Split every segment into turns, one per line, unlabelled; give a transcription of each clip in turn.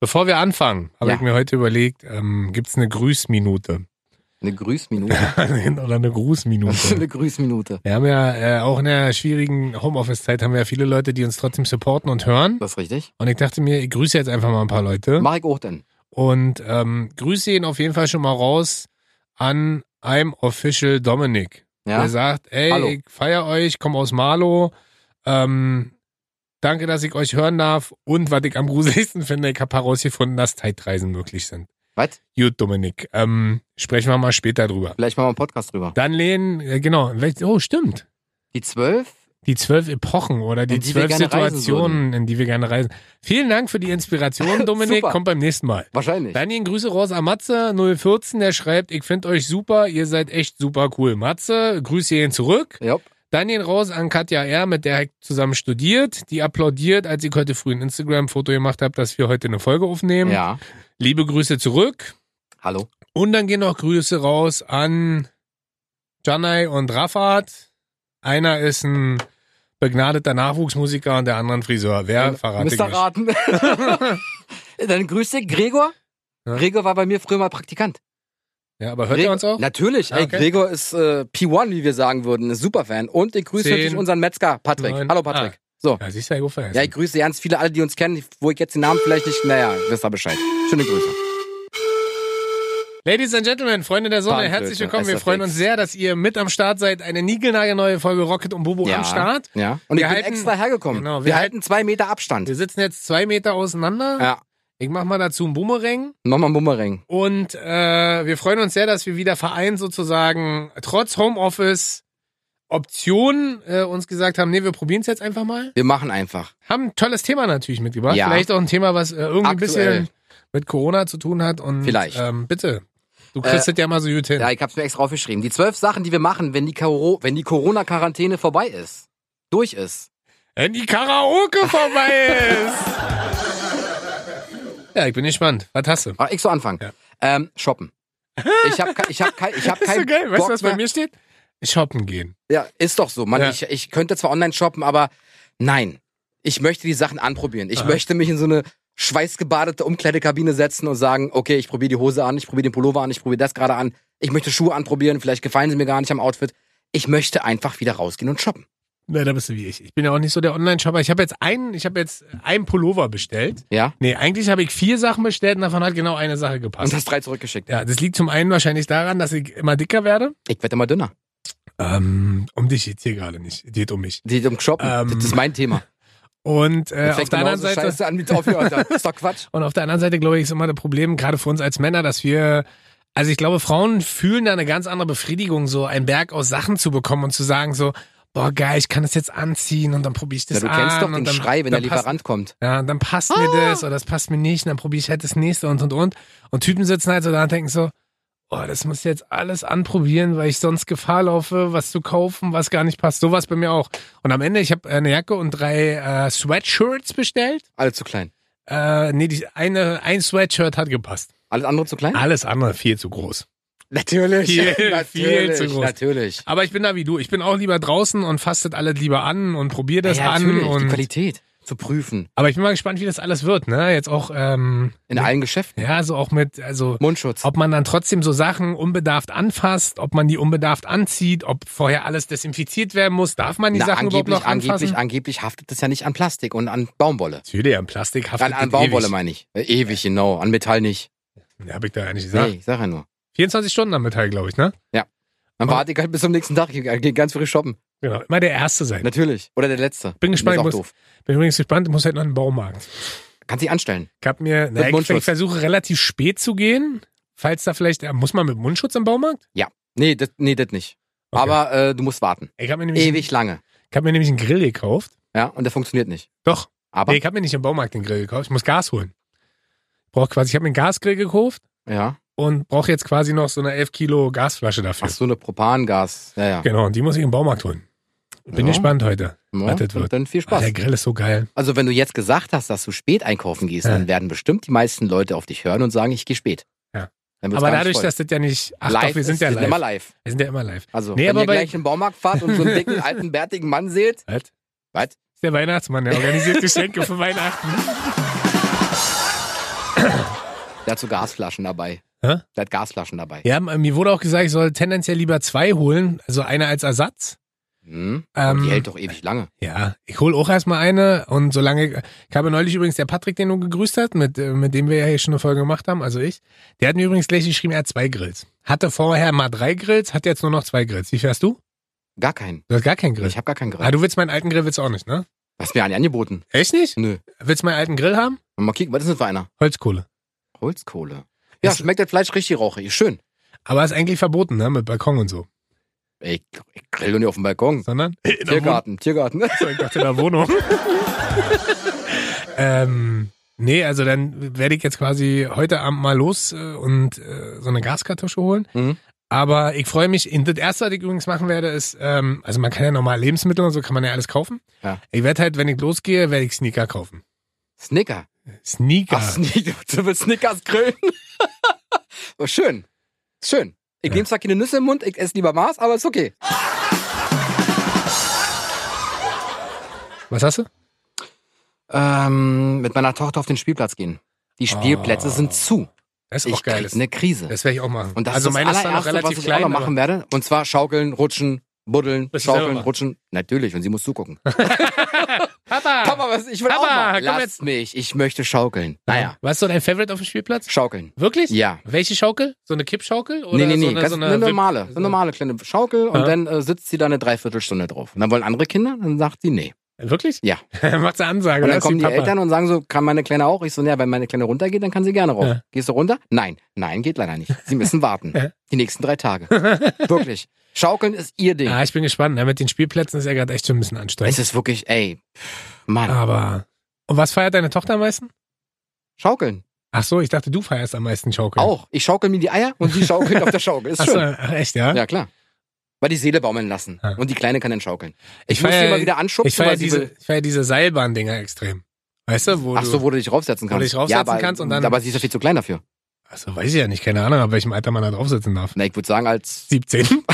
Bevor wir anfangen, habe
Ja.
ich mir heute überlegt, ähm, gibt es eine Grüßminute?
Eine Grüßminute.
Oder eine Grußminute?
eine Grüßminute.
Wir haben ja äh, auch in der schwierigen Homeoffice-Zeit haben wir ja viele Leute, die uns trotzdem supporten und hören.
Das ist richtig.
Und ich dachte mir, ich grüße jetzt einfach mal ein paar Leute.
Mach ich auch denn.
Und ähm, grüße ihn auf jeden Fall schon mal raus an I'm Official Dominic.
Ja?
Der sagt, ey,
Hallo.
ich feier euch, komm aus Marlow. Ähm, danke, dass ich euch hören darf. Und was ich am gruseligsten finde, ich habe herausgefunden, dass Zeitreisen möglich sind.
Was?
Gut, Dominik. Ähm, sprechen wir mal später drüber.
Vielleicht machen wir einen Podcast drüber.
Dann lehnen, äh, genau, welch- oh, stimmt.
Die zwölf?
Die zwölf Epochen oder die
In die
zwölf
wir gerne reisen
Situationen, in die wir gerne reisen. Vielen Dank für die Inspiration, Dominik.
Super.
Kommt beim nächsten Mal.
Wahrscheinlich.
Dann gehen Grüße raus an Matze014, der schreibt, ich find euch super, ihr seid echt super cool. Matze, Grüße ihn zurück.
Ja.
Dann gehen raus an Katja R., mit der ich zusammen studiert. Die applaudiert, als ich heute früh ein Instagram-Foto gemacht habe, dass wir heute eine Folge aufnehmen.
ja.
Liebe Grüße zurück.
Hallo.
Und dann gehen noch Grüße raus an Janai und Rafat. Einer ist ein begnadeter Nachwuchsmusiker und der andere ein Friseur. Wer verrate ich
Äh, Mister
nicht.
Raten. Dann grüße ich Gregor.
Ja.
Gregor war bei mir früher mal Praktikant.
Ja, aber hört ihr
Gre-
uns auch?
Natürlich.
Ja,
Ey,
okay.
Gregor ist äh, P1, wie wir sagen würden. Ist Superfan. Und ich grüße
Zehn,
natürlich unseren Metzger, Patrick.
neun,
Hallo, Patrick.
ah.
So.
Ja, siehst du, ich hab vergessen.
Ja, ich grüße ganz viele, alle, die uns kennen, wo ich jetzt den Namen vielleicht nicht. Naja, wisst ihr Bescheid. Schöne Grüße.
Ladies and Gentlemen, Freunde der Sonne,
Bahnflöte,
herzlich willkommen. Wir
SFX.
freuen uns sehr, dass ihr mit am Start seid. Eine niegelnagelneue Folge Rocket und Bobo
Ja.
am Start.
Ja. Und
Wir
ich bin
halten-
extra hergekommen.
Genau, wir
wir halten zwei Meter Abstand.
Wir sitzen jetzt zwei Meter auseinander.
Ja.
Ich mach mal dazu einen Boomerang.
Nochmal ein Bumerang.
Und äh, wir freuen uns sehr, dass wir wieder vereint sozusagen trotz Homeoffice Optionen äh, uns gesagt haben, nee, wir probieren es jetzt einfach mal.
Wir machen einfach.
Haben ein tolles Thema natürlich mitgebracht.
Ja.
Vielleicht auch ein Thema, was äh, irgendwie ein bisschen
Aktuell.
mit Corona zu tun hat. Und
Vielleicht. Äh,
Ähm, bitte. Du kriegst es ja mal so gut hin.
Ja, ich hab's mir extra aufgeschrieben. Die zwölf Sachen, die wir machen, wenn die, Karo- wenn die Corona-Quarantäne vorbei ist. Durch ist.
Wenn die Karaoke vorbei ist. ja, ich bin gespannt. Was hast du?
Aber Ah, ich so anfangen.
Ja.
Ähm, shoppen. Ich hab, ke- ich hab, kein- ich
Das
hab
ist
kein
so geil. Weißt
Bock
du, was bei
mehr-
mir steht? Shoppen gehen.
Ja, ist doch so. Mann,
Ja.
ich, ich könnte zwar online shoppen, aber nein. Ich möchte die Sachen anprobieren. Ich möchte mich in so eine schweißgebadete Umkleidekabine setzen und sagen, okay, ich probiere die Hose an, ich probiere den Pullover an, ich probiere das gerade an. Ich möchte Schuhe anprobieren, vielleicht gefallen sie mir gar nicht am Outfit. Ich möchte einfach wieder rausgehen und shoppen.
Na, da bist du wie ich. Ich bin ja auch nicht so der Online-Shopper. Ich habe jetzt einen, ich habe jetzt einen Pullover bestellt.
Ja?
Nee, eigentlich habe ich vier Sachen bestellt und davon hat genau eine Sache
Und
gepasst.
hast drei zurückgeschickt.
ja, das liegt zum einen wahrscheinlich daran, dass ich immer dicker werde.
Ich werde immer dünner.
Ähm, um dich geht's hier gerade nicht. Geht um mich.
Die um Shoppen.
Ähm,
das ist mein Thema.
Und äh,
Das
auf
fängt
der anderen
genauso
Seite.
scheiße an, wie es aufgehört hat. Ist doch Quatsch.
Und auf der anderen Seite, glaube ich, ist immer das Problem, gerade für uns als Männer, dass wir, also ich glaube, Frauen fühlen da eine ganz andere Befriedigung, so einen Berg aus Sachen zu bekommen und zu sagen so, boah geil, ich kann das jetzt anziehen und dann probiere ich
Ja,
das
du
an.
kennst doch
und
den
dann,
Schrei, wenn der
dann passt,
Lieferant kommt.
Ja, und dann passt mir
Oh.
das oder das passt mir nicht und dann probiere ich halt das nächste und und und. Und Typen sitzen halt so da und denken so, oh, das muss ich jetzt alles anprobieren, weil ich sonst Gefahr laufe, was zu kaufen, was gar nicht passt. Sowas bei mir auch. Und am Ende, ich habe eine Jacke und drei äh, Sweatshirts bestellt.
Alle zu klein.
Äh, nee, die eine, ein Sweatshirt hat gepasst.
Alles andere zu klein?
Alles andere viel zu groß.
Natürlich.
Viel, Ah, viel
natürlich.
zu groß.
Natürlich.
Aber ich bin da wie du. Ich bin auch lieber draußen und fastet alles lieber an und probiere das
ja,
an.
natürlich. Die
Und,
Qualität zu prüfen.
aber ich bin mal gespannt, wie das alles wird. Ne? Jetzt auch, ähm,
In allen Geschäften.
ja, so auch mit, also
Mundschutz.
ob man dann trotzdem so Sachen unbedarft anfasst, ob man die unbedarft anzieht, ob vorher alles desinfiziert werden muss. Darf man die
Na,
Sachen überhaupt
angeblich,
noch
angeblich,
anfassen?
angeblich haftet es ja nicht an Plastik und an Baumwolle.
Natürlich, an Plastik haftet
An,
das
an Baumwolle
ewig.
meine ich. Äh, Ewig, genau. An Metall nicht.
Ja, hab ich da eigentlich gesagt.
Nee, ich sag ja nur.
24 Stunden am Metall, glaube ich, ne?
Dann
Und-
warte ich halt bis zum nächsten Tag. Ich gehe ganz früh shoppen.
Genau, immer der Erste sein.
Natürlich. Oder der letzte.
Bin gespannt,
Das
muss-
ist auch doof.
Bin übrigens gespannt, muss halt noch in den Baumarkt.
Kannst dich anstellen.
Ich hab mir, na, ich,
Mundschutz.
ich versuche relativ spät zu gehen. Falls da vielleicht, äh, muss man mit Mundschutz im Baumarkt?
Nee, das nee, das nicht.
Okay. Mhm.
Aber äh, du musst warten.
Ich habe mir, nämlich-
Ewig lange.
ich hab mir nämlich einen Grill gekauft.
Ja, und der funktioniert nicht.
Doch,
Aber,
nee, ich habe mir nicht im Baumarkt den Grill gekauft. Ich muss Gas holen. Ich brauch quasi, ich habe mir einen Gasgrill gekauft
ja.
und brauche jetzt quasi noch so eine 11 Kilo Gasflasche dafür.
Ach so, eine Propangas. Ja, ja.
Genau, und die muss ich im Baumarkt holen. Bin
Ja.
gespannt heute.
ja
Wartet
und
wird.
dann viel
Ah,
Spaß.
der Grill ist so geil.
Also, wenn du jetzt gesagt hast, dass du spät einkaufen gehst,
Ja.
dann werden bestimmt die meisten Leute auf dich hören und sagen, ich gehe spät.
Ja.
Dann wird's
Aber
gar nicht
dadurch,
voll.
dass das ja nicht. Ach
live
doch, wir sind
ist,
ja
wir immer
live.
live.
Wir sind ja immer live.
Also,
Nee,
wenn
aber
ihr
bei-
gleich in den Baumarkt fahrt und so einen dicken, alten, bärtigen Mann seht,
Was?
Was?
Ist der Weihnachtsmann, der organisiert Geschenke für Weihnachten.
Der hat so Gasflaschen dabei.
Hä?
Der hat Gasflaschen dabei.
Ja, mir wurde auch gesagt, ich soll tendenziell lieber zwei holen, also eine als Ersatz.
Hm? Aber
Ähm,
die hält doch ewig lange.
Ja, ich hole auch erstmal eine und solange, ich habe neulich übrigens der Patrick, den du gegrüßt hast, mit, äh, mit dem wir ja hier schon eine Folge gemacht haben, also ich, der hat mir übrigens gleich geschrieben, er hat zwei Grills. Hatte vorher mal drei Grills, hat jetzt nur noch zwei Grills. Wie fährst du?
Gar keinen.
Du hast gar keinen Grill.
Ich habe gar keinen Grill.
Ah, du willst meinen alten Grill, willst du auch nicht, ne?
Was mir eigentlich angeboten?
Echt nicht?
Nö.
Willst du meinen alten Grill haben?
Mal kicken, was ist denn für einer?
Holzkohle.
Holzkohle. Ja,
Ist-
schmeckt das Fleisch richtig rauchig. Schön.
Aber ist eigentlich verboten, ne? Mit Balkon und so.
Ey, ich grill doch nicht auf dem Balkon.
Sondern? In der Wohnung.
Tiergarten, Tiergarten.
Ich dachte, in der Wohnung. ähm, nee, also dann werde ich jetzt quasi heute Abend mal los äh, und äh, so eine Gaskartusche holen.
Mhm.
Aber ich freue mich, in- das erste, was ich übrigens machen werde, ist, ähm, also man kann ja normal Lebensmittel und so, kann man ja alles kaufen.
Ja.
Ich werde halt, wenn ich losgehe, werde ich Sneaker kaufen.
Snicker.
Sneaker.
Ach, Snicker. Du willst Snickers grillen? oh, schön. Ist Schön. Ich nehme zwar keine Nüsse im Mund, ich esse lieber Mars, aber ist okay.
Was hast du?
Ähm, mit meiner Tochter auf den Spielplatz gehen. Die Spielplätze
Ah.
sind zu.
Das ist
Ich
auch geil.
krieg
Das,
eine Krise.
das werde ich auch machen.
Und das
also
ist
meine
das
ist dann noch
allererste, was
relativ
ich
klein.
auch noch
aber-
machen werde. Und zwar schaukeln, rutschen, buddeln,
Bist du selber
schaukeln,
mal?
rutschen. Natürlich, und sie muss zugucken.
Papa!
Papa, was, ich will
Papa,
auch mal.
komm
Lasst
jetzt.
mich, ich möchte schaukeln. Naja,
Was ist so dein Favorite auf dem Spielplatz?
schaukeln.
Wirklich?
Ja.
Welche Schaukel? So eine Kippschaukel? Oder
Nee, nee, nee,
So eine,
ganz,
so
eine,
eine Wip-
normale, eine normale kleine Schaukel und
Ja.
dann äh, sitzt sie da eine Dreiviertelstunde drauf. Und dann wollen andere Kinder, dann sagt sie nee.
Wirklich?
Ja.
Macht eine Ansage.
Und
da
dann
ist
kommen die
Papa.
Eltern und sagen so, kann meine Kleine auch? Ich so, naja, wenn meine Kleine runtergeht, dann kann sie gerne rauf.
Ja.
Gehst du runter? Nein, nein, geht leider nicht. Sie müssen warten.
Ja.
Die nächsten drei Tage. Wirklich. Schaukeln ist ihr Ding.
Ja, ich bin gespannt. Ja, mit den Spielplätzen ist ja gerade echt schon ein bisschen
Es
anstrengend.
ist wirklich, ey, pff, Mann.
Ah. Aber. Und was feiert deine Tochter am meisten?
Schaukeln.
Ach so, ich dachte, du feierst am meisten Schaukeln.
Auch. Ich schaukel mir die Eier und sie schaukelt auf der Schaukel. Ist
Ach so,
schön.
ach, echt, ja?
Ja, klar. Weil die Seele baumeln lassen.
Ja.
Und die Kleine kann dann schaukeln.
Ich
Ich muss sie
feier-
mal wieder anschubsen,
Ich feiere
weil sie
diese,
will.
ich feier diese Seilbahn-Dinger extrem. Weißt du, wo
Ach so,
du.
wo du dich raufsetzen
Wo du
kannst.
dich raufsetzen
ja, aber,
kannst und dann-
Aber sie ist ja viel zu klein dafür.
Ach so, weiß ich ja nicht. Keine Ahnung, ab welchem Alter man da draufsitzen darf.
Na, ich würde sagen, als
17.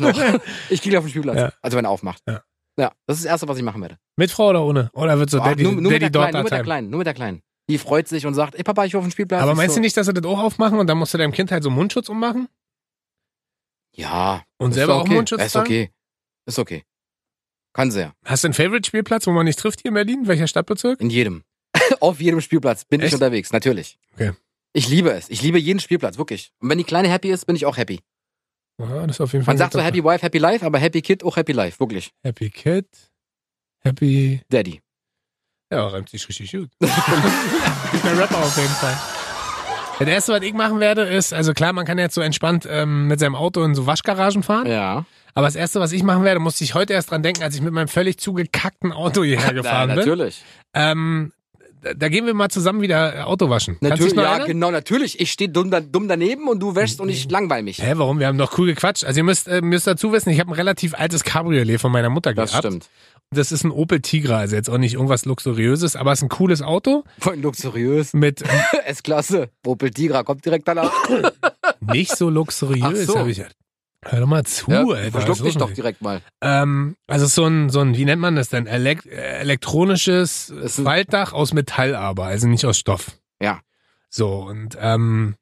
noch. Ich gehe auf den Spielplatz.
Ja.
Also wenn er aufmacht.
Ja.
Ja, das ist das Erste, was ich machen werde.
mit Frau oder ohne? Oder wird so
Oh,
Daddy,
nur, nur, mit
Daddy
der Kleinen,
Daughter
nur mit der
Time?
Kleinen, nur mit der Kleinen. Die freut sich und sagt, ey Papa, ich will auf den Spielplatz.
Aber
Ich
meinst
so,
du nicht, dass sie das auch aufmachen und dann musst du deinem Kind halt so Mundschutz ummachen?
Ja.
Und
ist
selber
doch
auch
okay.
Mundschutz
Ist
tragen?
okay. Ist okay. Kann sehr.
Hast du einen Favorite-Spielplatz, wo man nicht trifft hier in Berlin? Welcher Stadtbezirk?
In jedem. Auf jedem Spielplatz bin
Echt?
ich unterwegs, natürlich.
Okay.
Ich liebe es. Ich liebe jeden Spielplatz, wirklich. Und wenn die Kleine happy ist, bin ich auch happy.
Ja, das ist auf jeden Fall.
Man
ein
sagt so
guter
Happy Wife, Happy Life, aber Happy Kid auch Happy Life, wirklich.
Plan. Happy Kid. Happy.
Daddy.
Ja, reimt sich richtig gut. Gibt der Rapper auf jeden Fall. Das erste, was ich machen werde, ist, also klar, man kann jetzt so entspannt ähm, mit seinem Auto in so Waschgaragen fahren.
Ja.
Aber das erste, was ich machen werde, musste ich heute erst dran denken, als ich mit meinem völlig zugekackten Auto hierher gefahren
Na,
bin.
natürlich.
Ähm, da, da gehen wir mal zusammen wieder äh, Auto waschen. Kannst
Natürlich,
dich noch
ja,
erinnern?
genau, natürlich. Ich stehe dumm, da- dumm daneben und du wäschst und ich langweil mich.
Hä, warum? Wir haben doch cool gequatscht. Also ihr müsst, äh, müsst dazu wissen, ich habe ein relativ altes Cabriolet von meiner Mutter
Das
gehabt.
stimmt.
Das ist ein Opel Tigra, also jetzt auch nicht irgendwas Luxuriöses, aber es ist ein cooles Auto
Voll luxuriös.
mit äh,
S-Klasse. Opel Tigra kommt direkt danach.
nicht so luxuriös,
Ach so.
habe ich halt. Hör doch mal zu,
Ja,
Alter. also was
Verschluck
ist
dich
los
doch
mit dir?
direkt mal.
Ähm, also es ist so ein, so ein, wie nennt man das denn? Elek äh, elektronisches
Es ist-
Faltdach aus Metall aber, also nicht aus Stoff.
Ja.
So, und ähm,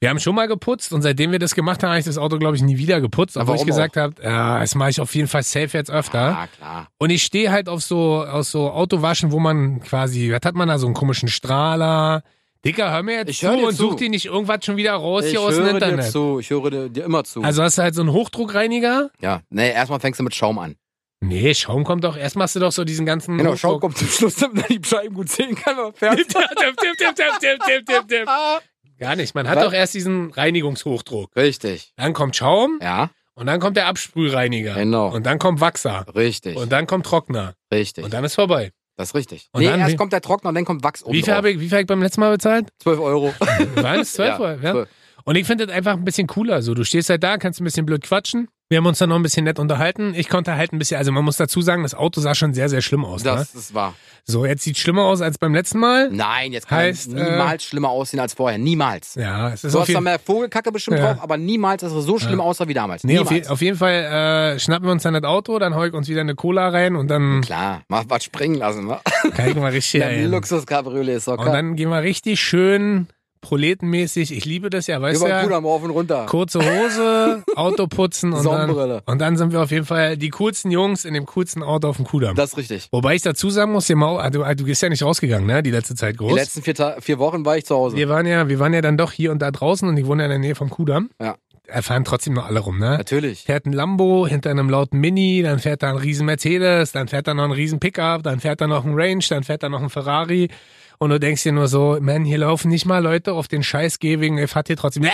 wir haben schon mal geputzt und seitdem wir das gemacht haben, habe ich das Auto, glaube ich, nie wieder geputzt,
Na,
obwohl ich
warum
gesagt habe, ja, das mache ich auf jeden Fall safe jetzt öfter.
Ah, klar.
Und ich stehe halt auf so, auf so Autowaschen, wo man quasi, was hat man da, so einen komischen Strahler. Dicker, hör mir jetzt
Ich
zu
hör dir
und
zu.
such dir nicht irgendwas schon wieder raus
Ich
hier aus dem
höre dir
Internet.
zu. Ich höre dir- dir immer zu.
Also hast du halt so einen Hochdruckreiniger.
Ja, nee, erstmal fängst du mit Schaum an.
Mhm. Nee, Schaum kommt doch, erst machst du doch so diesen ganzen.
Genau, Schaum
Hochdruck-
kommt zum Schluss, damit man die Scheiben gut sehen kann, wenn man fährt.
Tipp, tipp, tipp, tipp, tipp, tipp, tipp, tipp.
Ah.
Gar nicht, man hat
Was?
doch erst diesen Reinigungshochdruck.
Richtig.
Dann kommt Schaum
Ja,
und dann kommt der Absprühreiniger.
Genau.
Und dann kommt Wachser.
richtig.
Und dann kommt Trockner.
richtig.
Und dann ist vorbei.
das ist richtig.
und
nee,
dann-
erst kommt der Trockner und dann kommt Wachs oben
Wie viel
drauf.
habe ich, wie viel hab ich beim letzten Mal bezahlt?
12 Euro.
Waren es 12
Ja,
Uhr? Ja.
zwölf.
Und ich finde das einfach ein bisschen cooler. So, du stehst halt da, kannst ein bisschen blöd quatschen. Wir haben uns dann noch ein bisschen nett unterhalten. Ich konnte halt ein bisschen, also man muss dazu sagen, das Auto sah schon sehr, sehr schlimm aus. Ne?
Das Mhm. ist wahr.
So, jetzt sieht schlimmer aus als beim letzten Mal.
Nein, jetzt kann
Heißt, äh,
es niemals schlimmer aussehen als vorher. Niemals.
Ja, es ist
Du
auf
hast da
jeden
mehr Vogelkacke bestimmt
Ja.
drauf, aber niemals, dass es so schlimm aussah wie damals.
Nee, auf, je,
niemals.
auf jeden Fall äh, schnappen wir uns dann das Auto, dann heuk uns wieder eine Cola rein und dann
Klar, mal was springen lassen, ne?
kriegen wir richtig
Ja,
ein. Und
Luxus-Cabriolet ist doch klar.
dann gehen wir richtig schön proletenmäßig. Ich liebe das ja, weißt
Über
du
den
ja.
Kudamm rauf und runter.
Kurze Hose, Auto putzen und dann,
Sonnenbrille.
und dann sind wir auf jeden Fall die coolsten Jungs in dem coolsten Auto auf dem Kudamm.
Das ist richtig.
Wobei ich dazu sagen muss, die Mau, ah, du, ah, du bist ja nicht rausgegangen, ne? Die letzte Zeit groß.
Die letzten vier, Ta vier Wochen war ich zu Hause.
wir waren ja, wir waren ja dann doch hier und da draußen und ich wohne ja in der Nähe vom Kudamm.
Ja.
Da fahren trotzdem noch alle rum, ne?
Natürlich.
fährt ein Lambo hinter einem lauten Mini, dann fährt da ein riesen Mercedes, dann fährt da noch ein riesen Pickup, dann fährt da noch ein Range, dann fährt da noch ein Ferrari und du denkst dir nur so, man, hier laufen nicht mal Leute auf den scheiß Gehwegen, ihr fahrt hier trotzdem.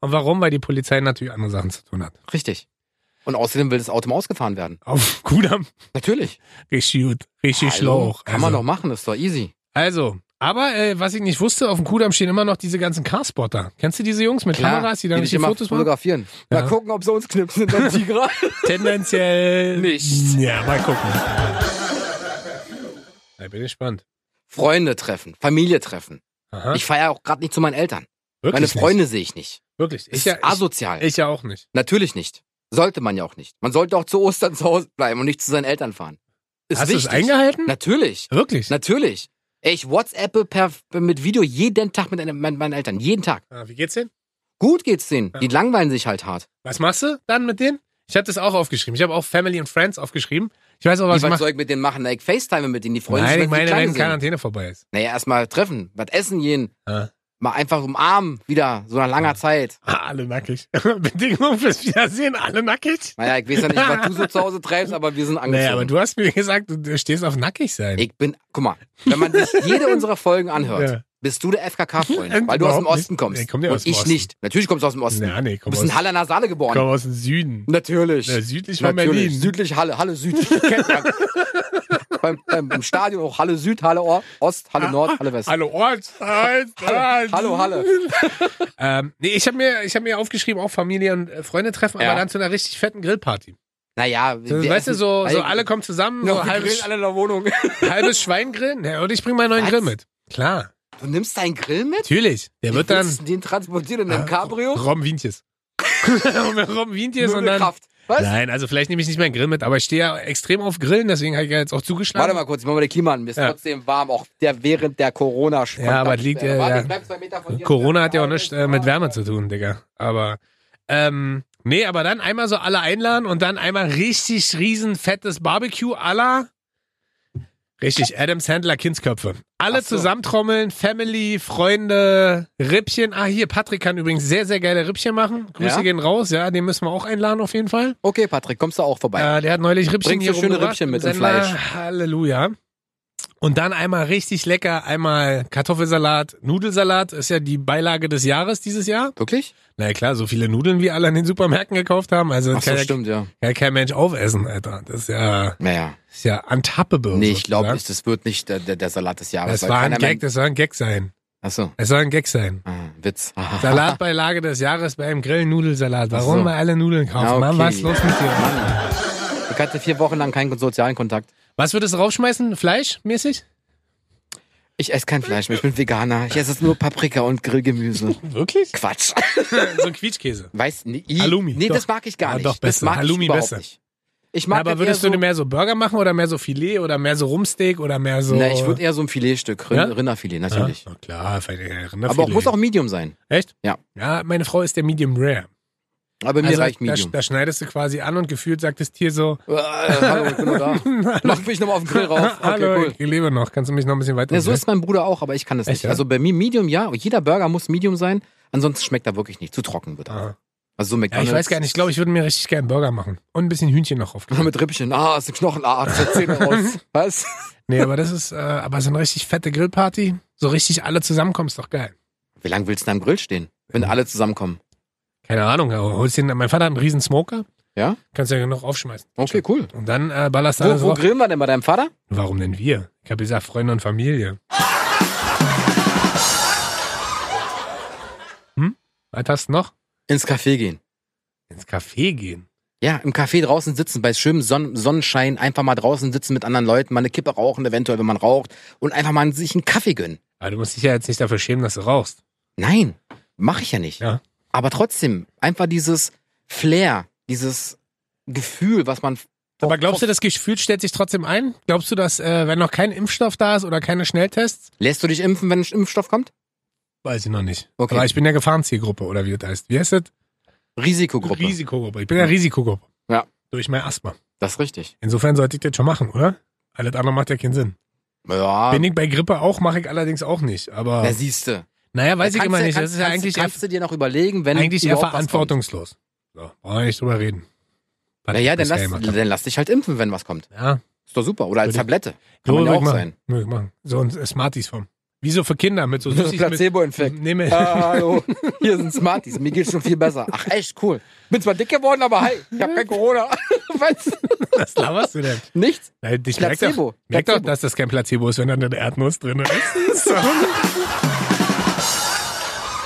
Und warum? Weil die Polizei natürlich andere Sachen zu tun hat.
Richtig. Und außerdem will das Auto mal ausgefahren werden.
Auf Kudamm.
Natürlich.
Richtig gut. Richtig
Hallo?
schlauch.
Kann man
Also-
doch machen, ist doch easy.
Also, aber äh, was ich nicht wusste, auf dem Kudamm stehen immer noch diese ganzen Carspotter. Kennst du diese Jungs mit Kameras, die dann
dich
richtig
immer
Fotos machen?
fotografieren. Mal gucken, ob sie uns knipsen in der Tigra.
Tendenziell
Nicht.
Ja, mal gucken. Da bin ich gespannt.
Freunde treffen, Familie treffen.
Aha.
Ich feiere auch gerade nicht zu meinen Eltern.
Wirklich
Meine
nicht.
Freunde sehe ich nicht.
Wirklich.
Ist
Ich ja, ich,
asozial.
ich ja auch nicht.
Natürlich nicht. Sollte man ja auch nicht. Man sollte auch zu Ostern zu Hause bleiben und nicht zu seinen Eltern fahren. Ist
Hast du es
wichtig.
eingehalten?
Natürlich.
Wirklich.
Natürlich. Ey, Ich WhatsAppe per, mit Video jeden Tag mit, mit meinen Eltern. Jeden Tag.
Ah, wie geht's denn?
Gut geht's denen. Die langweilen sich halt hart.
Was machst du dann mit denen? Ich habe das auch aufgeschrieben. Ich habe auch Family and Friends aufgeschrieben. Ich weiß auch, was
Wie
ich
was
mache.
soll ich mit denen machen? Na, ich FaceTime mit denen. Die freuen
Nein,
sich,
ich meine, wenn
wenn sie klein sind.
Quarantäne vorbei ist.
Naja, erstmal treffen. Was essen gehen.
Ah.
Mal einfach umarmen. Wieder. So nach langer Zeit.
Ah, alle nackig. Bedingung fürs Wiedersehen, alle nackig.
Naja, ich weiß ja nicht, was du so zu Hause treibst, aber wir sind angezogen.
Naja, aber du hast mir gesagt, du- du stehst auf nackig sein.
Ich bin, guck mal, wenn man sich jede unserer Folgen anhört,
Ja.
bist du der FKK-Freund,
Ähm,
weil du aus dem
überhaupt
Osten
nicht.
kommst.
Ich komm ja
und
aus dem
ich
Osten.
nicht. Natürlich kommst du aus dem Osten.
Na, nee,
du
komm
bist
aus,
in Halle an der Saale geboren.
komm aus dem Süden.
Natürlich.
Na, südlich von
Natürlich.
Berlin.
Südlich Halle, Halle Süd. Kennt man. beim, beim, Im Stadion auch Halle Süd, Halle Or- Ost,
Ah,
Halle Nord, Halle West.
Hallo Ort. Hallo,
Hallo, Halle.
Ähm, nee, ich habe mir, ich hab mir aufgeschrieben, auch Familie und äh, Freunde treffen,
Ja.
aber dann zu einer richtig fetten Grillparty.
Naja,
So,
wir
weißt du,
essen-
so, so
Ey,
alle kommen zusammen,
noch
so
wir grillen
halbes,
alle in der Wohnung.
halbes Schwein grillen. Ja, und ich bringe meinen neuen
Was?
Grill mit. Klar,
Du nimmst deinen Grill mit?
natürlich. Der wird dann
Willst du den transportieren in einem
Ah,
Cabrio?
Robben Wientjes. Robben Wientjes
Nur
und
eine
dann.
Kraft. Was?
Nein, also vielleicht nehme ich nicht meinen Grill mit, aber ich stehe ja extrem auf Grillen, deswegen habe ich ja jetzt auch
Warte
zugeschlagen.
mal kurz, ich mach mal den Klima an. Mir ist
Ja.
trotzdem warm, auch der während der corona
Ja, aber liegt ja-
Warte,
ja.
ich bleib zwei Meter von dir
Corona hat ja auch
entfernt.
nichts äh, mit Wärme zu tun, Digga. Aber, ähm, nee, aber dann einmal so alle einladen und dann einmal richtig riesen fettes Barbecue aller. Richtig, Adam Sandler Kindsköpfe. Alle
Ach so.
zusammentrommeln, Family, Freunde, Rippchen. Ah, hier, Patrick kann übrigens sehr, sehr geile Rippchen machen. Grüße
Ja?
gehen raus, ja, den müssen wir auch einladen auf jeden Fall.
Okay, Patrick, kommst du auch vorbei.
Äh, der hat neulich Rippchen
Bringst
hier
du schöne
rumgebracht
Rippchen
im
mit und
Sender.
Fleisch.
Halleluja. Und dann einmal richtig lecker, einmal Kartoffelsalat, Nudelsalat ist ja die Beilage des Jahres dieses Jahr.
Wirklich?
Na ja, klar, so viele Nudeln wie alle in den Supermärkten gekauft haben, also
Ach
das kann,
so,
ja,
stimmt, ja.
kann ja kein Mensch aufessen, Alter. Das ist ja,
Naja.
ist ja untappable.
Nee, ich glaube,
sozusagen.
das wird nicht der, der, der Salat des Jahres.
Es
weil
war ein
keiner
Gag,
mehr-
das soll ein Gag sein.
Achso,
Es soll ein Gag sein.
ah, Witz.
Salatbeilage des Jahres beim Grillen Nudelsalat. Warum?
Ach so.
Weil alle Nudeln kaufen.
Na, okay.
Mann, was ist los mit dir?
Ich hatte vier Wochen lang keinen sozialen Kontakt.
Was würdest du rausschmeißen? Fleisch mäßig?
Ich esse kein Fleisch mehr, ich bin Veganer. Ich esse nur Paprika und Grillgemüse.
Wirklich?
Quatsch.
so ein Quietschkäse.
Weißt du, nee, i-
Halloumi,
Nee, das
doch.
mag ich gar
Ja,
nicht.
doch,
das
besser.
mag
Halloumi
ich überhaupt
besser.
Nicht. Ich mag
Na, aber
das
würdest
eher
du
so,
denn mehr so Burger machen oder mehr so Filet oder mehr so Rumsteak oder mehr so.
Na, ich würde eher so ein Filetstück, Rind
Ja?
Rinderfilet,
ja?
natürlich.
Na klar, Rinderfilet.
Aber auch, muss auch Medium sein.
Echt?
Ja.
Ja, meine Frau ist der Medium Rare.
Aber mir
Also,
reicht
da,
Medium.
da schneidest du quasi an und gefühlt sagt das Tier so:
Äh, hallo, ich bin nur da. Mach mich nochmal auf den Grill rauf. Okay,
Hallo,
cool.
ich lebe noch. Kannst du mich noch ein bisschen weiter?
Ja, so ist mein Bruder auch, aber ich kann das
Echt,
nicht.
ja?
Also bei mir Medium, ja. Jeder Burger muss Medium sein. Ansonsten schmeckt er wirklich nicht. Zu trocken wird er.
Ah. ja,
Also so
ich
McDonalds.
weiß gar nicht. Ich glaube, ich würde mir richtig gerne einen Burger machen. Und ein bisschen Hühnchen noch auf.
Mit Rippchen. Ah, ist ein Knochen. Ah, ist der Zähne raus. Was?
nee, aber das ist, äh, aber so eine richtig fette Grillparty, so richtig alle zusammenkommen, ist doch geil.
Wie lange willst du denn am Grill stehen, wenn alle zusammenkommen?
Keine Ahnung, aber holst den, mein Vater hat einen riesen Smoker.
Ja?
Kannst ja noch aufschmeißen.
Okay, cool.
Und dann äh, ballerst du
Wo,
alles
wo
drauf.
grillen wir denn bei deinem Vater?
Warum denn wir? Ich habe gesagt, Freunde und Familie. Hm? Was hast du noch?
Ins Café gehen.
Ins Café gehen.
Ja, im Café draußen sitzen, bei schönem Sonn Sonnenschein, einfach mal draußen sitzen mit anderen Leuten, mal eine Kippe rauchen, eventuell, wenn man raucht, und einfach mal sich einen Kaffee gönnen.
Aber du musst dich ja jetzt nicht dafür schämen, dass du rauchst.
Nein, mache ich ja nicht.
Ja.
Aber trotzdem, einfach dieses Flair, dieses Gefühl, was man.
Aber glaubst du, das Gefühl stellt sich trotzdem ein? Glaubst du, dass, äh, wenn noch kein Impfstoff da ist oder keine Schnelltests?
Lässt du dich impfen, wenn ein Impfstoff kommt?
Weiß ich noch nicht.
Okay.
Aber ich bin ja Gefahrenzielgruppe oder wie das heißt. Wie heißt das?
Risikogruppe.
Risikogruppe. Ich bin ja Risikogruppe.
Ja.
Durch mein Asthma.
das ist richtig.
Insofern sollte ich das schon machen, oder? Alles andere macht ja keinen Sinn.
Ja.
Bin ich bei Grippe auch, mache ich allerdings auch nicht. Aber
Da siehst du.
naja, weiß ich immer nicht. das ist ja
kannst,
eigentlich,
Kannst du dir noch überlegen, wenn.
eher, eigentlich eher
überhaupt was
verantwortungslos. So, brauchen wir nicht drüber reden.
kommt.
Hat
Naja, dann
das
lass,
gemacht.
dann lass dich halt impfen, wenn was kommt.
Ja,
Ist doch super. Oder als
Würde ich-
Tablette. Kann
so
man
würde
ja
ich
auch
machen.
sein.
Würde ich machen. So äh, ein Smarties-Form. Wie so für Kinder mit so
Das
Süßigkeiten.
Placebo-Infekt.
Nee, mit-
Ah, hallo, hier sind Smarties. Mir geht's schon viel besser. Ach, echt cool. Bin zwar dick geworden, aber hi, ich hab kein Corona. Was?
Was laberst du denn?
Nichts?
Nein, ich merk
Placebo.
doch, merk doch,
Placebo.
dass das kein Placebo ist, wenn da eine Erdnuss drin ist. so.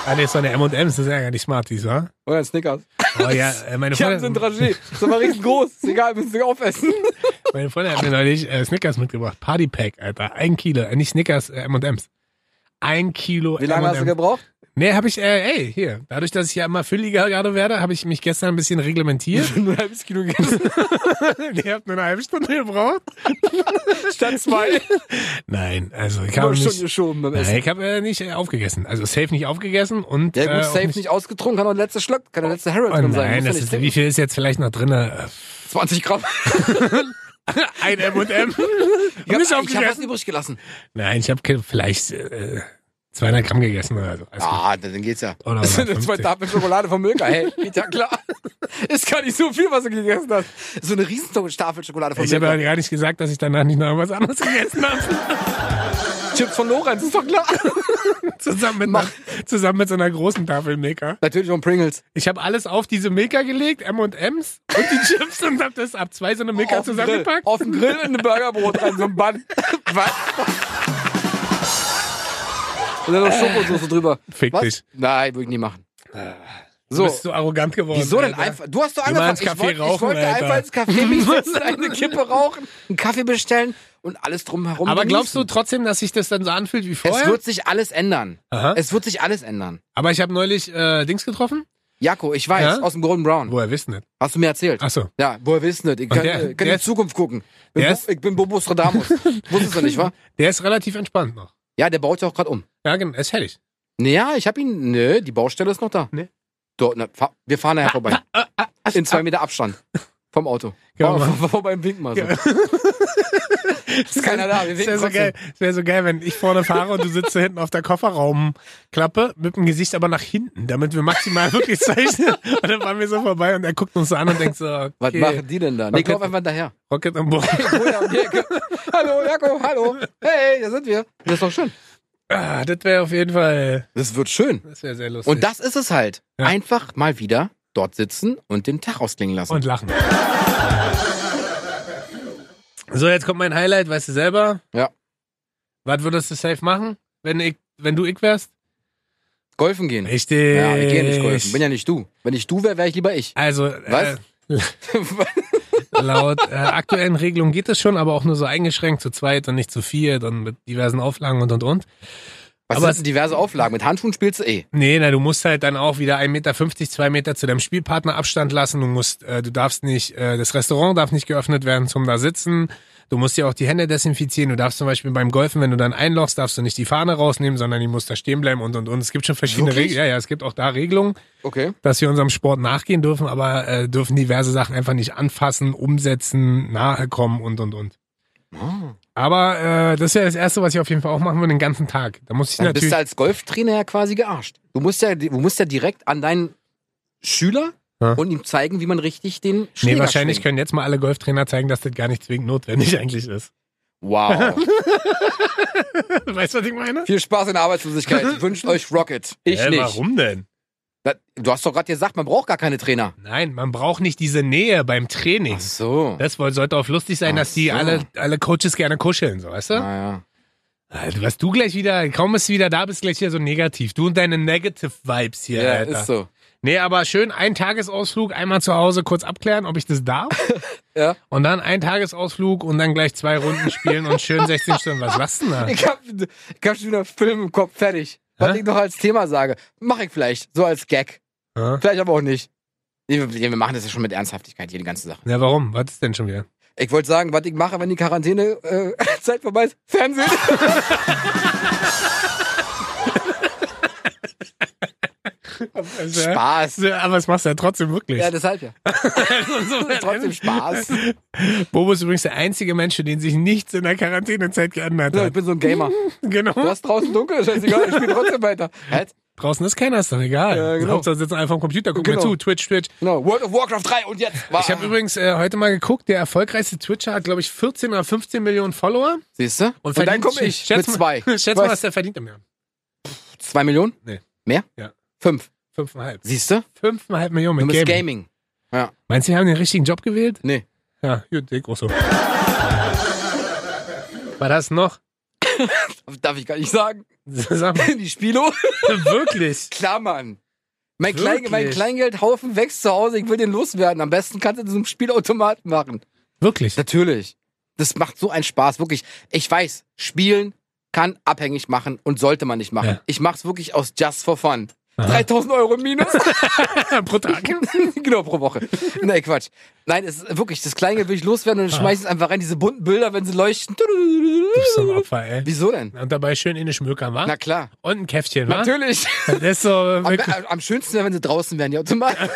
Ah, nee, ist doch eine M&M's, das ist ja gar nicht Smarties, wa?
Oder ein Snickers.
Oh ja, äh, meine
Ich hab so ein
Freundin,
Dragé. Ist aber riesengroß. Ist egal, müssen wir aufessen.
meine Freundin hat mir neulich äh, Snickers mitgebracht. Party Pack, Alter. Ein Kilo, äh, nicht Snickers, äh, M&M's. Ein Kilo
Wie lange hast du
M&M's.
gebraucht?
Nee, habe ich, äh, ey, hier. Dadurch, dass ich ja immer fülliger gerade werde, habe ich mich gestern ein bisschen reglementiert.
Nur ein halbes Kilo gegessen.
ich habe nur eine halbe Stunde gebraucht.
Statt zwei.
Nein, also ich
Nur
habe
schon
nicht,
geschoben beim
nein,
Essen.
ich hab, äh, nicht äh, aufgegessen. Also safe nicht aufgegessen und
Ja, gut,
äh, auch
safe nicht. ausgetrunken, kann auch der letzte Schluck, kann der letzte Harold
Oh
drin
nein,
sein. Muss ja
das
nicht
ist,
trinken.
wie viel ist jetzt vielleicht noch drin? Äh,
20 Gramm.
Ein M&M. Ist
Ich hab, ich hab was
aufgegessen.
übrig gelassen.
Nein, ich habe vielleicht äh, 200 Gramm gegessen oder so. Alles gut.
Ah, dann geht's ja.
Oder
Das sind
150.
zwei Tafeln Schokolade vom Milka. Hey, geht ja klar. Ist gar nicht so viel, was du gegessen hast. So eine Riesentafel Schokolade vom
Ich habe ja
Milka.
gar nicht gesagt, dass ich danach nicht noch irgendwas anderes gegessen habe.
Chips von Lorenz, ist doch klar.
Zusammen mit,
Mach.
einer, zusammen mit so einer großen Tafel Milka.
Natürlich von Pringles.
Ich habe alles auf diese Milka gelegt, M&M's und die Chips und habe das ab zwei so eine Milka
Auf den Grill.
zusammengepackt.
Auf dem Grill in ein Burgerbrot rein, so ein Bann. Was? Und dann noch Schokosauce drüber.
Fick
Was?
dich.
Nein, würde ich nie machen.
Du
So.
bist so arrogant geworden.
Wieso denn
Alter.
einfach? Du hast doch
Wir waren ins
angefangen. Ich,
Café
wollte, ich
rauchen,
wollte einfach
Alter.
ins Café mich setzen, eine Kippe rauchen, einen Kaffee bestellen und alles drumherum.
Aber glaubst du
genießen.
trotzdem, dass sich das dann so anfühlt wie
um es
vorher?
wird sich alles ändern.
Aha.
Es wird sich alles ändern.
Aber ich habe neulich äh, Dings getroffen.
Jako, ich weiß,
Ja?
aus dem Golden Brown.
Woher wissen das?
Hast du mir erzählt?
Achso.
Ja, woher willst du das? Ich kann,
der-
äh, kann in
der
die
ist-
Zukunft gucken. Bin
der
Bo-
ist-
ich bin Bobo Stradamus. Wusstest du nicht, wa?
Der ist relativ entspannt noch.
Ja, der baut ja auch gerade um.
Ja, genau. Er ist fertig.
Naja, ich hab ihn. Nö, die Baustelle ist noch da.
Nee. Ah,
Dort, na, fa wir fahren nachher vorbei. In zwei Meter Abstand. Vom Auto.
Können wir
Vor-
machen.
vor- Vorbei im Wink mal so.
Ja.
Ist keiner da. Wir
Das wäre
winken
so, geil. Das wär so geil, wenn ich vorne fahre und du sitzt so hinten auf der Kofferraumklappe mit dem Gesicht aber nach hinten, damit wir maximal wirklich zeichnen. Und dann fahren wir so vorbei und er guckt uns so an und denkt so, okay,
Was machen die denn da? Nee,
Okay.
glaub einfach daher.
Rocket am Boden.
Ich hol ja um die Ecke. hallo, Jako, hallo. Hey, da sind wir. Das ist doch schön.
Ah, das wäre auf jeden Fall,
Das wird schön.
das wäre sehr lustig.
Und das ist es halt.
Ja.
Einfach mal wieder dort sitzen und den Tag ausklingen lassen.
Und lachen. So, jetzt kommt mein Highlight, weißt du selber.
Ja.
Was würdest du safe machen, wenn ich, wenn du ich wärst?
Golfen gehen.
Richtig.
Ja, ich gehe nicht golfen. Bin ja nicht du. Wenn ich du wäre, wäre ich lieber ich.
Also, äh, laut äh, aktuellen Regelungen geht es schon, aber auch nur so eingeschränkt, zu zweit und nicht zu viert und mit diversen Auflagen und und und.
Was
Aber
sind denn diverse Auflagen? Mit Handschuhen spielst du eh.
Nee, na, du musst halt dann auch wieder 1,50 Meter, 2 Meter zu deinem Spielpartner Abstand lassen. Du musst, äh, du darfst nicht, äh, das Restaurant darf nicht geöffnet werden zum da sitzen. Du musst dir auch die Hände desinfizieren. Du darfst zum Beispiel beim Golfen, wenn du dann einlochst, darfst du nicht die Fahne rausnehmen, sondern die muss da stehen bleiben und und und. Es gibt schon verschiedene
Wirklich?
Regeln. Ja, ja, es gibt auch da Regelungen,
Okay.
dass wir unserem Sport nachgehen dürfen, aber äh, dürfen diverse Sachen einfach nicht anfassen, umsetzen, nahe kommen und und und.
Ah.
Aber äh, das wäre das Erste, was ich auf jeden Fall auch machen würde, den ganzen Tag. Da muss ich
Dann bist
natürlich.
du als Golftrainer ja quasi gearscht. Du musst ja, du musst ja direkt an deinen Schüler
Ja.
und ihm zeigen, wie man richtig den Schläger
Nee, wahrscheinlich
schwingt.
können jetzt mal alle Golftrainer zeigen, dass das gar nicht zwingend notwendig eigentlich ist.
Wow.
Weißt du, was ich meine?
Viel Spaß in der Arbeitslosigkeit. Wünscht euch Rocket. Ich
Hä,
nicht.
Warum denn?
Na, Du hast doch gerade gesagt, man braucht gar keine Trainer.
Nein, man braucht nicht diese Nähe beim Training.
Ach so.
Das wohl- sollte auch lustig sein,
Ach
dass die
so. Ah.
alle, alle Coaches gerne kuscheln, so, weißt du?
Naja.
Alter, was du gleich wieder, kaum bist du wieder da, bist gleich hier so negativ. Du und deine Negative Vibes hier,
Ja,
Alter.
ist so.
Nee, aber schön, ein Tagesausflug, einmal zu Hause kurz abklären, ob ich das darf.
Ja.
Und dann ein Tagesausflug und dann gleich zwei Runden spielen und schön 16 Stunden. Was lachst du denn da?
Ich hab, ich hab schon wieder einen Film im Kopf, fertig. Was
Hä?
ich noch als Thema sage, mache ich vielleicht, so als Gag.
Hä?
Vielleicht aber auch nicht. Nee, wir- wir machen das ja schon mit Ernsthaftigkeit hier, die ganze Sache.
Ja, warum? Was ist denn schon wieder?
Ich wollte sagen, was ich mache, wenn die Quarantäne äh, Zeit vorbei ist, Fernsehen. Spaß.
Aber es machst du ja trotzdem wirklich.
Ja, deshalb ja. Trotzdem Spaß.
Bobo ist übrigens der einzige Mensch, für den sich nichts in der Quarantänezeit geändert
Ja, ich
hat.
bin so ein Gamer. Du
Genau.
hast draußen dunkel, scheißegal, ich spiele trotzdem weiter. Halt.
Draußen ist keiner, ist doch egal.
Ja, genau.
Hauptsache sitzen einfach am Computer, gucken mir
Genau. Ah.
zu, Twitch, Twitch.
Genau, World of Warcraft 3 und jetzt.
Ich habe übrigens äh, heute mal geguckt, der erfolgreichste Twitcher hat, glaube ich, 14 oder 15 Millionen Follower.
Siehst du? Und, dann
verdient-
komme ich
schätz
mit
mal-
zwei.
Schätz mal,
Was?
was der verdient im Jahr.
Zwei Millionen?
Nee.
Mehr?
Ja.
Fünf.
Fünfeinhalb.
Siehst du?
Fünfeinhalb Millionen
Du
mit
bist
Gaming.
Gaming.
Meinst du, die haben den richtigen Job gewählt?
Nee.
Ja, gut, ich auch so. War das noch?
Darf ich gar nicht sagen.
Sag mal,
Die Spilo?
wirklich?
Klar, Mann. Mein,
Wirklich?
Klein, mein Kleingeldhaufen wächst zu Hause, ich will den loswerden. Am besten kannst du das im Spielautomaten machen.
Wirklich?
Natürlich. Das macht so einen Spaß, wirklich. Ich weiß, spielen kann abhängig machen und sollte man nicht machen.
Ja.
Ich mach's wirklich aus just for fun.
Aha.
3000 Euro minus.
Pro Tag?
genau, pro Woche. Nein, Quatsch. Nein, es ist wirklich, das Kleingeld will ich loswerden
Ah.
und dann schmeiß ich es einfach rein, diese bunten Bilder, wenn sie leuchten.
Bist du ein Opfer, ey.
Wieso denn?
Und dabei schön in den Schmökern, wa?
Na klar.
Und ein Käffchen, wa?
Natürlich.
Das ist so
Am,
wirklich
am schönsten wäre, wenn sie draußen wären, die Automaten.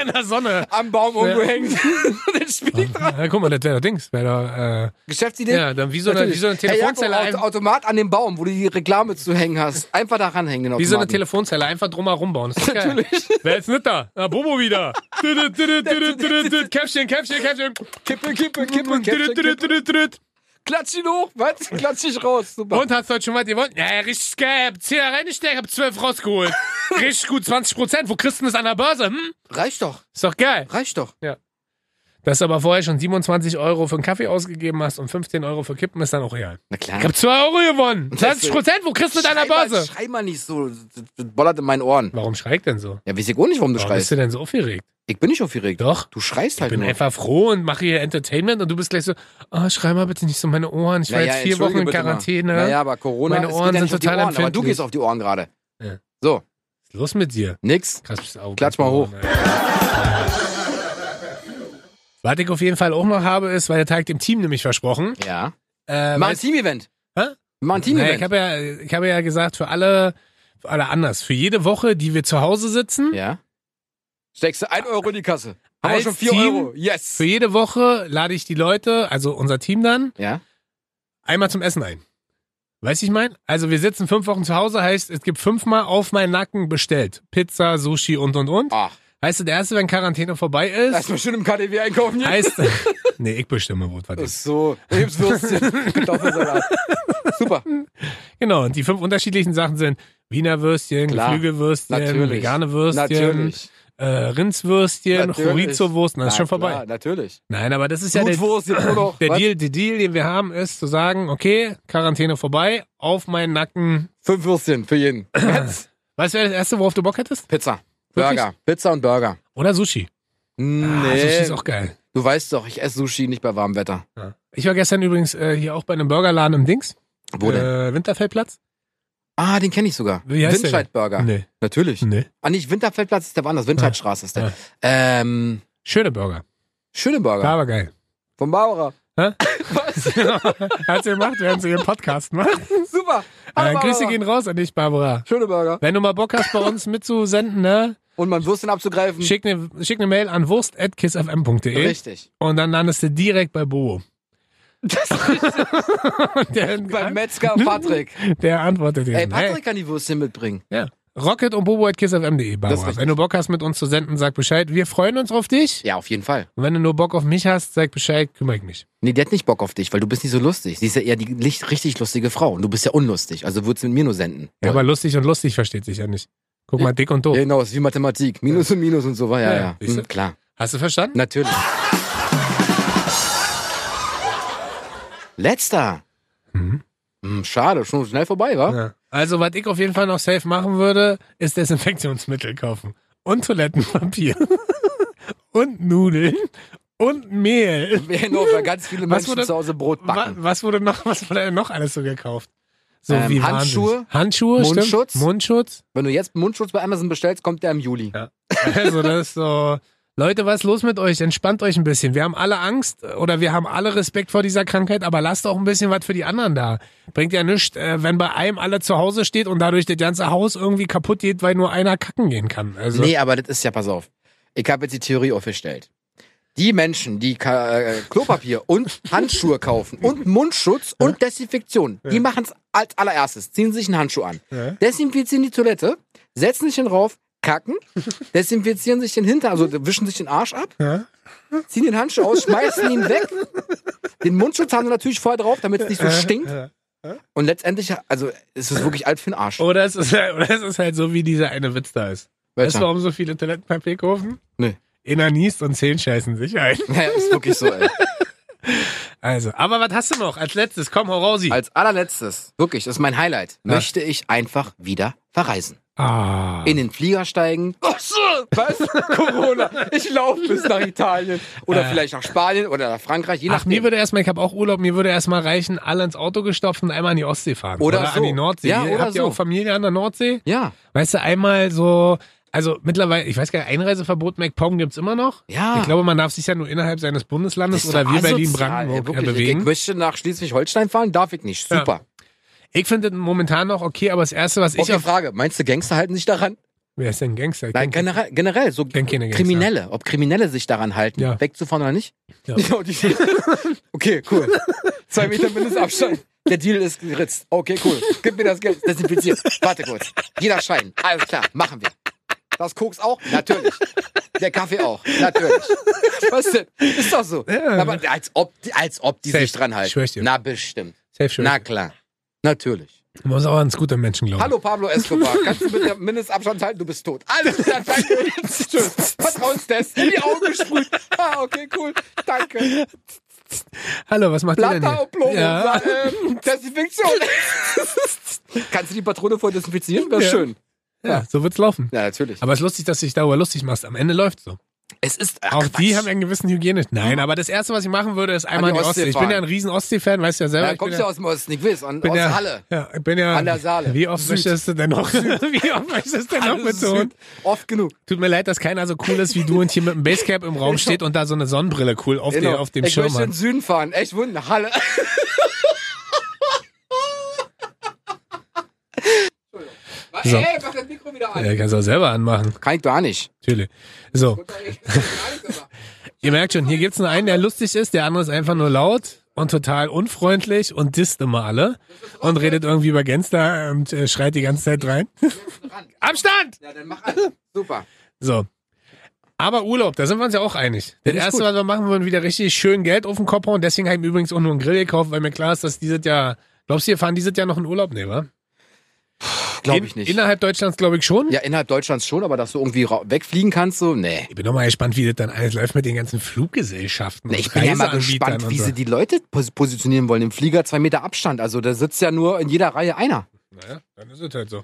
in der Sonne.
Am Baum irgendwo
Ja.
hängen. den Spiel ich dran.
Ja, guck mal, das wäre doch Dings. Wär doch, äh,
Geschäftsidee?
ja, dann wie so eine, wie so eine
Natürlich. Hey,
Telefonzelle.
Jakob,
ein-
Auto- Automat an dem Baum, wo du die Reklame zu hängen hast. Einfach da ranhängen, den
Wie so eine
Automaten.
Telefonzelle, einfach drumherum bauen. Das ist geil.
Natürlich.
Wer ist nicht da? Na, Bobo wieder. Düdüt, düdüt, düdüt, düdüt, düdüt. Käffchen, Käffchen, Käffchen.
Kippe, kippe, kippe,
Düdüt,
kippe,
düdüt, düdüt, düdüt.
Klatsch ihn hoch, was? Klatsch dich raus. Super.
Und hast du heute schon was gewonnen? Ja, ja, richtig geil. Hab 10 reingesteckt, hab 12 rausgeholt. Richtig gut, 20 Prozent. Wo Christen ist an der Börse? Hm?
Reicht doch,
Ist doch geil.
reicht doch.
Dass du aber vorher schon 27 Euro für einen Kaffee ausgegeben hast und 15 Euro für Kippen, ist dann auch real.
Na
Ich
klar.
hab 2 Euro gewonnen. 20 Prozent, wo kriegst du mit an der
Mal,
Börse?
schrei mal nicht so. Das das bollert in meinen Ohren.
Warum schreik denn so?
Ja, weiß ich auch nicht, warum du
Warum bist
schreist.
du denn so aufgeregt?
Ich bin nicht aufgeregt.
Doch.
Du schreist
Ich
halt
bin
nur.
einfach froh und mache hier Entertainment und du bist gleich so, oh, schrei mal bitte nicht so meine Ohren. Ich war
Naja,
jetzt vier
entschuldige
Wochen in
bitte mal.
Quarantäne.
Naja, aber Corona
Meine
es
Ohren
geht ja
sind
nicht auf die
total
Ohren, aber du
empfindlich.
gehst auf die Ohren gerade.
Ja.
So,
Was ist los mit dir?
nix.
Krass, bist du
Klatsch mal hoch.
Was ich auf jeden Fall auch noch habe, ist, weil der Tag dem Team nämlich versprochen.
Ja.
Äh,
Mach ein
weißt-
Team-Event.
Hä?
Mach
naja,
ein
ich
Team-Event.
habe ja, ich habe ja gesagt, für alle, für alle anders, für jede Woche, die wir zu Hause sitzen,
Ja. Steckst du 1 Euro in die Kasse. Haben wir
Als
schon 4
Team?
Euro. Yes.
für jede Woche lade ich die Leute, also unser Team dann,
Ja.
einmal zum Essen ein. Weißt du, ich mein? Also wir sitzen fünf Wochen zu Hause, heißt, es gibt fünfmal auf meinen Nacken bestellt. Pizza, Sushi und und und.
Ach,
Heißt, der erste, wenn Quarantäne vorbei ist,
erstmal Ah, schön im KDW einkaufen hier.
heißt. nee, ich bestimme, wo es was
Ach
ist.
so, Lebenswürstchen, Kartoffelsalat. Super.
Genau, und die fünf unterschiedlichen Sachen sind Wiener Würstchen,
Klar,
Geflügelwürstchen,
natürlich,
vegane Würstchen,
Natürlich.
Äh, Rindswürstchen,
Natürlich.
Chorizo-Wursten, das ist
Na
schon vorbei.
Klar, natürlich.
Nein, aber das ist ja der,
Blutwurst, jetzt nur noch.
der
was?
Deal, der Deal, den wir haben, ist zu sagen, okay, Quarantäne vorbei, auf meinen Nacken.
Fünf Würstchen für jeden. Jetzt.
Was wäre das Erste, worauf du Bock hättest?
Pizza.
Wirklich?
Burger. Pizza und Burger.
Oder Sushi. Ah, Sushi
Nee.
ist auch geil.
du weißt doch, ich esse Sushi nicht bei warmem Wetter.
Ja. Ich war gestern übrigens äh, hier auch bei einem Burgerladen im Dings.
Wo denn?
Äh, Winterfeldplatz.
Ah, den kenne ich sogar.
Wie heißt der denn?
Windscheid-Burger.
Nee, Hm. Äh.
Natürlich.
nee.
Ah, nicht Winterfeldplatz ist der woanders. Windscheidstraße ist der.
Ja. Äh.
Ähm,
Schöne Burger.
Schöneburger.
War aber geil.
Von Barbara.
Hä?
Was?
Hat sie gemacht, während sie ihren Podcast macht.
Super.
Äh,
Hallo,
Grüße
Barbara.
gehen raus an dich, Barbara.
Schöneburger.
Wenn du mal Bock hast, bei uns mitzusenden, ne?
Und man Würstchen abzugreifen.
Schick eine schick ne Mail an wurst.kissfm.de
Hm. Richtig.
und dann landest du direkt bei Bobo. Und der,
Beim Metzger Patrick.
der antwortet dir.
Ey,
dann,
Patrick kann die Würstchen mitbringen.
Hey, ja. Rocket und Bobo at kissfm.de,
Das ist
Barbara.
richtig.
Wenn du Bock hast, mit uns zu senden, sag Bescheid. Wir freuen uns auf dich.
Ja, auf jeden Fall.
Und wenn du nur Bock auf mich hast, sag Bescheid, kümmere ich mich.
Nee, die hat nicht Bock auf dich, weil du bist nicht so lustig. Sie ist ja eher die licht- richtig lustige Frau. Und du bist ja unlustig. Also würdest du mit mir nur senden.
Ja, aber lustig und lustig versteht sich ja nicht. Guck mal, dick und doof.
Ja, genau, ist wie Mathematik. Minus und Minus und so weiter.
Ja,
Ja,
ja.
ja.
Siehst du?
Hm, klar.
Hast du verstanden?
Natürlich. Letzter.
Mhm.
Hm, schade, schon schnell vorbei, wa?
Ja. Also, was ich auf jeden Fall noch safe machen würde, ist Desinfektionsmittel kaufen. und Toilettenpapier und Nudeln und Mehl.
Während auch da ganz viele
Was
Menschen
wurde-
zu Hause Brot
Wa-
backen.
Was wurde noch, was wurde denn noch alles so gekauft? So
Ähm,
wie
Handschuhe,
wahnsinnig. Handschuhe,
Mundschutz.
stimmt. Mundschutz.
Wenn du jetzt Mundschutz bei Amazon bestellst, kommt der im Juli.
Also das ist so. Leute, was ist los mit euch? Entspannt euch ein bisschen. Wir haben alle Angst äh, oder wir haben alle Respekt vor dieser Krankheit, aber lasst auch ein bisschen was für die anderen da. Bringt ja nichts, äh, wenn bei einem alle zu Hause steht und dadurch das ganze Haus irgendwie kaputt geht, weil nur einer kacken gehen kann. Also
Nee, aber das ist ja, pass auf. Ich habe jetzt die Theorie aufgestellt. Die Menschen, die Ka äh, Klopapier und Handschuhe kaufen und Mundschutz und Desinfektion, die machen es als allererstes. Ziehen sich einen Handschuh an,
Ja.
desinfizieren die Toilette, setzen sich den rauf, kacken, desinfizieren sich den Hinter, also wischen sich den Arsch ab,
Ja.
ziehen den Handschuh aus, schmeißen ihn weg. Den Mundschutz haben sie natürlich vorher drauf, damit es nicht so stinkt.
Ja.
Und letztendlich, also es ist wirklich alt für den Arsch.
Oder es, ist, halt- oder es ist halt so, wie dieser eine Witz da ist. Weißt du,
Welcher?
warum so viele Toilettenpapier kaufen?
Nee.
Inner niest und zehn scheißen sich ein.
Ja, ist wirklich so, ey.
Also, aber was hast du noch? Als letztes, komm, hau raus.
Als allerletztes, wirklich, das ist mein Highlight,
Ja.
möchte ich einfach wieder verreisen.
Ah.
In den Flieger steigen. Was? Corona. Ich laufe bis nach Italien. Oder vielleicht nach Spanien oder nach Frankreich, je
Ach,
nachdem.
mir würde erstmal, ich habe auch Urlaub, mir würde erstmal reichen, alle ins Auto gestopft und einmal an die Ostsee fahren.
Oder so.
an die Nordsee.
Ja,
Ihr-
oder
Habt ihr
so.
auch Familie an der Nordsee?
ja,
Weißt du, einmal so, also mittlerweile, ich weiß gar nicht, Einreiseverbot MacPom gibt's immer noch.
ja.
Ich glaube, man darf sich ja nur innerhalb seines Bundeslandes oder wir Berlin-Brandenburg äh,
bewegen. also, Ich
bewegen.
möchte nach Schleswig-Holstein fahren, darf ich nicht.
Ja.
Super.
Ich finde das momentan noch okay, aber das Erste, was ich
Okay,
auf...
Frage. Meinst du, Gangster halten sich daran?
Wer ist denn Gangster? Ich
Nein,
kenn-
generell, generell so
kenn keine Gangster.
Kriminelle. Ob Kriminelle sich daran halten,
Ja.
wegzufahren oder nicht?
Ja.
und die- okay, cool. Zwei Meter Mindestabstand. Der Deal ist geritzt. Okay, cool. Gib mir das Geld. Desinfiziert. Warte kurz. Jeder Schein. Alles klar. Machen wir. Das Koks auch? Natürlich. Der Kaffee auch? Natürlich. Was denn? Ist doch so.
Ja.
Aber als ob, die- als ob die
Safe.
sich dran halten.
Schwör ich dir.
Na, bestimmt.
Safe schon.
Na klar. Natürlich.
Man muss auch ans gute Menschen glauben.
Hallo Pablo Escobar, kannst du bitte Mindestabstand halten? Du bist tot. Alles klar, danke. Tschüss. Vertrauenstest. In die Augen gesprüht. Ah, okay, cool. Danke.
Hallo, was macht ihr denn
Blatter
hier?
und Blumen.
Ja.
Ja. Ähm, Desinfektion. kannst du die Patrone voll desinfizieren? Wäre
Ja.
schön.
ja, so wird's laufen.
Ja, natürlich.
Aber es ist lustig, dass du dich darüber lustig machst. Am Ende läuft's so.
es ist ach,
Auch die
Quatsch.
haben ja einen gewissen Hygiene. Nein, aber das Erste, was ich machen würde, ist einmal an
An
die
die
Ostsee.
Ostsee
Ich bin ja
fahren.
ein riesen Ostsee-Fan, weißt du ja selber.
Ja,
ich bin
kommst
ja,
ja aus dem Osten, ich weiß, an,
bin
aus
ja,
Halle.
Ja, ich bin ja.
An der Saale.
Wie oft
Süd.
möchtest du denn noch? wie oft möchtest du denn noch
Alles
mit so?
Süd.
einem-
Oft genug.
Tut mir leid, dass keiner so cool ist wie du und hier mit einem Basecap im Raum steht und da so eine Sonnenbrille cool auf, dir, auf dem
Genau. ich
Schirm
möchte in den
hat.
Süden fahren. Echt wunder. Halle.
So.
Ey, mach das Mikro wieder an.
Ja, kannst du auch selber anmachen,
Kann ich gar nicht.
natürlich. So, ihr merkt schon, hier gibt's nur einen, der lustig ist, der andere ist einfach nur laut und total unfreundlich und disst immer alle und redet irgendwie über Gangster und äh, schreit die ganze Zeit rein. Abstand!
Ja, dann mach an. Super.
So. Aber Urlaub, da sind wir uns ja auch einig. Das
ist
erste,
gut.
was wir machen würden, wieder richtig schön Geld auf den Kopf hauen. Deswegen habe ich mir übrigens auch nur einen Grill gekauft, weil mir klar ist, dass dieses Jahr, glaubst du, wir fahren dieses Jahr noch in Urlaub? Nee, wa?
Glaube
In-
ich nicht.
Innerhalb Deutschlands glaube ich schon.
ja, innerhalb Deutschlands schon, aber dass du irgendwie ra- wegfliegen kannst, so, nee.
Ich bin nochmal gespannt, wie das dann alles läuft mit den ganzen Fluggesellschaften.
Nee,
und
ich bin ja mal
Reiseanbietern
gespannt,
und
wie
so.
sie die Leute pos positionieren wollen. Im Flieger zwei Meter Abstand. Also da sitzt ja nur in jeder Reihe einer.
Naja, dann ist es halt so.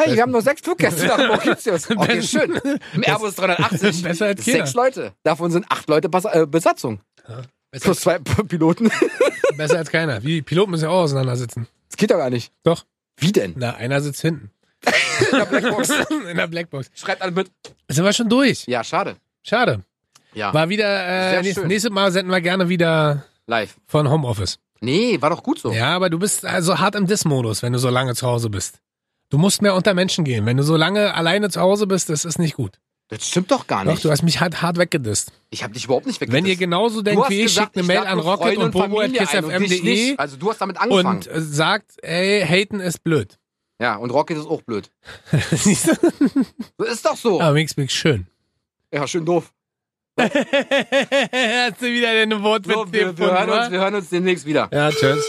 Hey, wir haben noch sechs Fluggäste Oh, nach Mauritius. Okay, schön. Im Airbus 380.
Besser als keiner.
Sechs Leute. Davon sind acht Leute Pass äh, Besatzung.
Besser,
Plus zwei P- Piloten.
besser als keiner. Wie, die Piloten müssen ja auch auseinandersitzen.
Das geht doch gar nicht.
Doch.
Wie denn?
Na, einer sitzt hinten.
In der Blackbox.
In der Blackbox.
Schreibt alle mit.
Sind wir schon durch.
Ja, schade.
Schade.
Ja,
War wieder, äh,
Sehr
nächstes,
schön.
nächstes Mal senden wir gerne wieder
live.
von Homeoffice.
Nee, war doch gut so.
Ja, aber du bist also hart im Diss-Modus, wenn du so lange zu Hause bist. Du musst mehr unter Menschen gehen. Wenn du so lange alleine zu Hause bist, das ist nicht gut.
Das stimmt doch gar
Doch,
nicht.
du hast mich hart, hart weggedisst.
Ich habe dich überhaupt nicht
Wenn ihr
weggesetzt.
genauso
Du
denkt
hast
wie ich,
gesagt,
schickt eine Mail
lade
an
nur Freunde und Familie ein und dich
rocket.bobo.kissfm.de
nicht. Also du hast damit
E und,
angefangen.
äh, sagt, ey, haten ist blöd.
ja, und Rocket ist auch blöd.
Siehst du?
So Ist doch so.
aber Mix Mix schön.
Ja, schön doof.
hast du wieder deine Wortwitz
So, wir, wir, hören uns, wir hören uns demnächst wieder.
Ja, tschüss.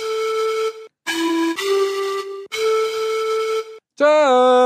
Tschüss.